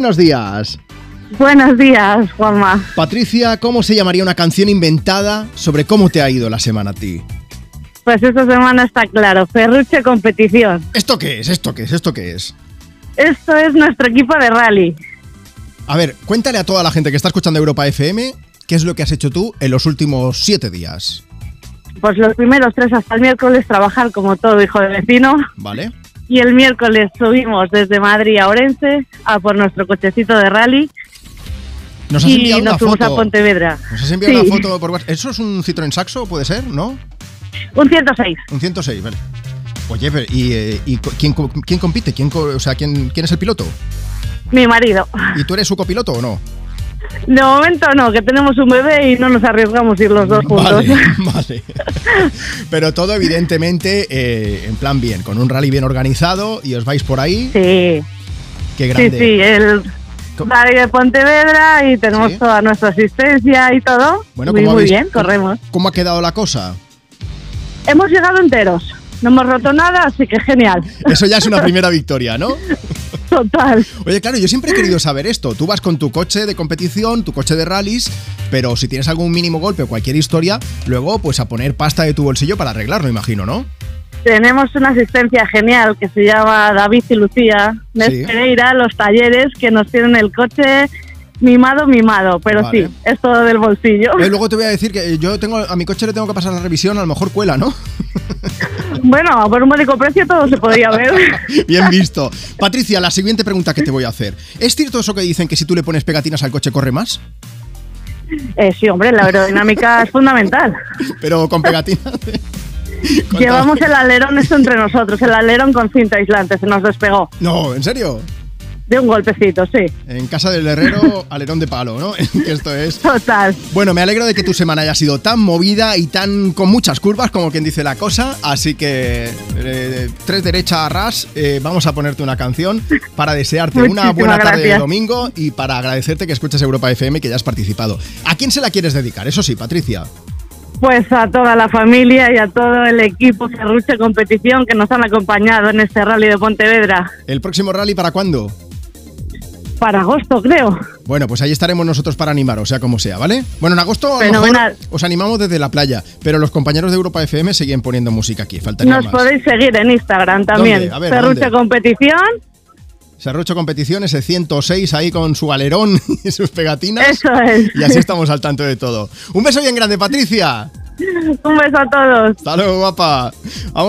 Buenos días. Buenos días, Juanma. Patricia, ¿cómo se llamaría una canción inventada sobre cómo te ha ido la semana a ti? Pues esta semana está claro, Ferruche Competición. ¿Esto qué es? ¿Esto qué es? ¿Esto qué es? Esto es nuestro equipo de rally. A ver, cuéntale a toda la gente que está escuchando Europa FM qué es lo que has hecho tú en los últimos siete días. Pues los primeros tres hasta el miércoles trabajar como todo hijo de vecino. ¿Vale? Y el miércoles subimos desde Madrid a Orense a por nuestro cochecito de rally Nos has y enviado nos una fuimos foto. a Pontevedra. Nos has enviado Sí. una foto por WhatsApp. ¿Eso es un Citroën Saxo? ¿Puede ser? ¿No? Un 106. Un 106, vale. Oye, pero, ¿y, eh, y co- quién, co- quién compite? ¿Quién, co- o sea, ¿quién, ¿Quién es el piloto? Mi marido. ¿Y tú eres su copiloto o no? De momento no, que tenemos un bebé y no nos arriesgamos a ir los dos juntos. Vale, vale. Pero todo evidentemente eh, en plan bien, con un rally bien organizado y os vais por ahí. Sí, Qué sí, grande. sí. El ¿Cómo? rally de Pontevedra y tenemos Sí. toda nuestra asistencia y todo. Bueno, muy, ¿cómo muy habéis- bien, corremos. ¿Cómo ha quedado la cosa? Hemos llegado enteros. No hemos roto nada, así que genial. Eso ya es una primera victoria, ¿no? Total. Oye, claro, yo siempre he querido saber esto. Tú vas con tu coche de competición, tu coche de rallies, pero si tienes algún mínimo golpe o cualquier historia, luego pues a poner pasta de tu bolsillo para arreglarlo, imagino, ¿no? Tenemos una asistencia genial que se llama David y Lucía Nes Sí. Pereira, los talleres que nos tienen el coche mimado, mimado, pero Vale. sí, es todo del bolsillo. Eh, luego te voy a decir que yo tengo a mi coche le tengo que pasar la revisión, a lo mejor cuela, ¿no? Bueno, por un módico precio todo se podría ver. Bien visto. Patricia, la siguiente pregunta que te voy a hacer. ¿Es cierto eso que dicen que si tú le pones pegatinas al coche corre más? Eh, sí, hombre, la aerodinámica es fundamental. Pero con pegatinas. Con Llevamos el alerón esto entre nosotros, el alerón con cinta aislante, se nos despegó No, en serio. de un golpecito, sí. En casa del herrero, alerón de palo, ¿no? Que esto es. Total. Bueno, me alegro de que tu semana haya sido tan movida y tan con muchas curvas, como quien dice la cosa. Así que eh, tres derecha a ras, eh, vamos a ponerte una canción para desearte una Muchísimas buena tarde de gracias. domingo y para agradecerte que escuches Europa FM y que ya has participado. ¿A quién se la quieres dedicar? Eso sí, Patricia. Pues a toda la familia y a todo el equipo Ferruche Competición que nos han acompañado en este rally de Pontevedra ¿El próximo rally para cuándo? para agosto, creo. Bueno, pues ahí estaremos nosotros para animaros, sea como sea, ¿vale? Bueno, en agosto a lo mejor Fenomenal. os animamos desde la playa, pero los compañeros de Europa FM siguen poniendo música aquí, faltaría Nos más. podéis seguir en Instagram también. ¿Dónde? A ver, Ferruche ¿dónde? Competición, Serrucho Competiciones, el 106 ahí con su alerón y sus pegatinas. eso es. Y así estamos al tanto de todo. Un beso bien grande, Patricia. Un beso a todos. Hasta luego, guapa. Vamos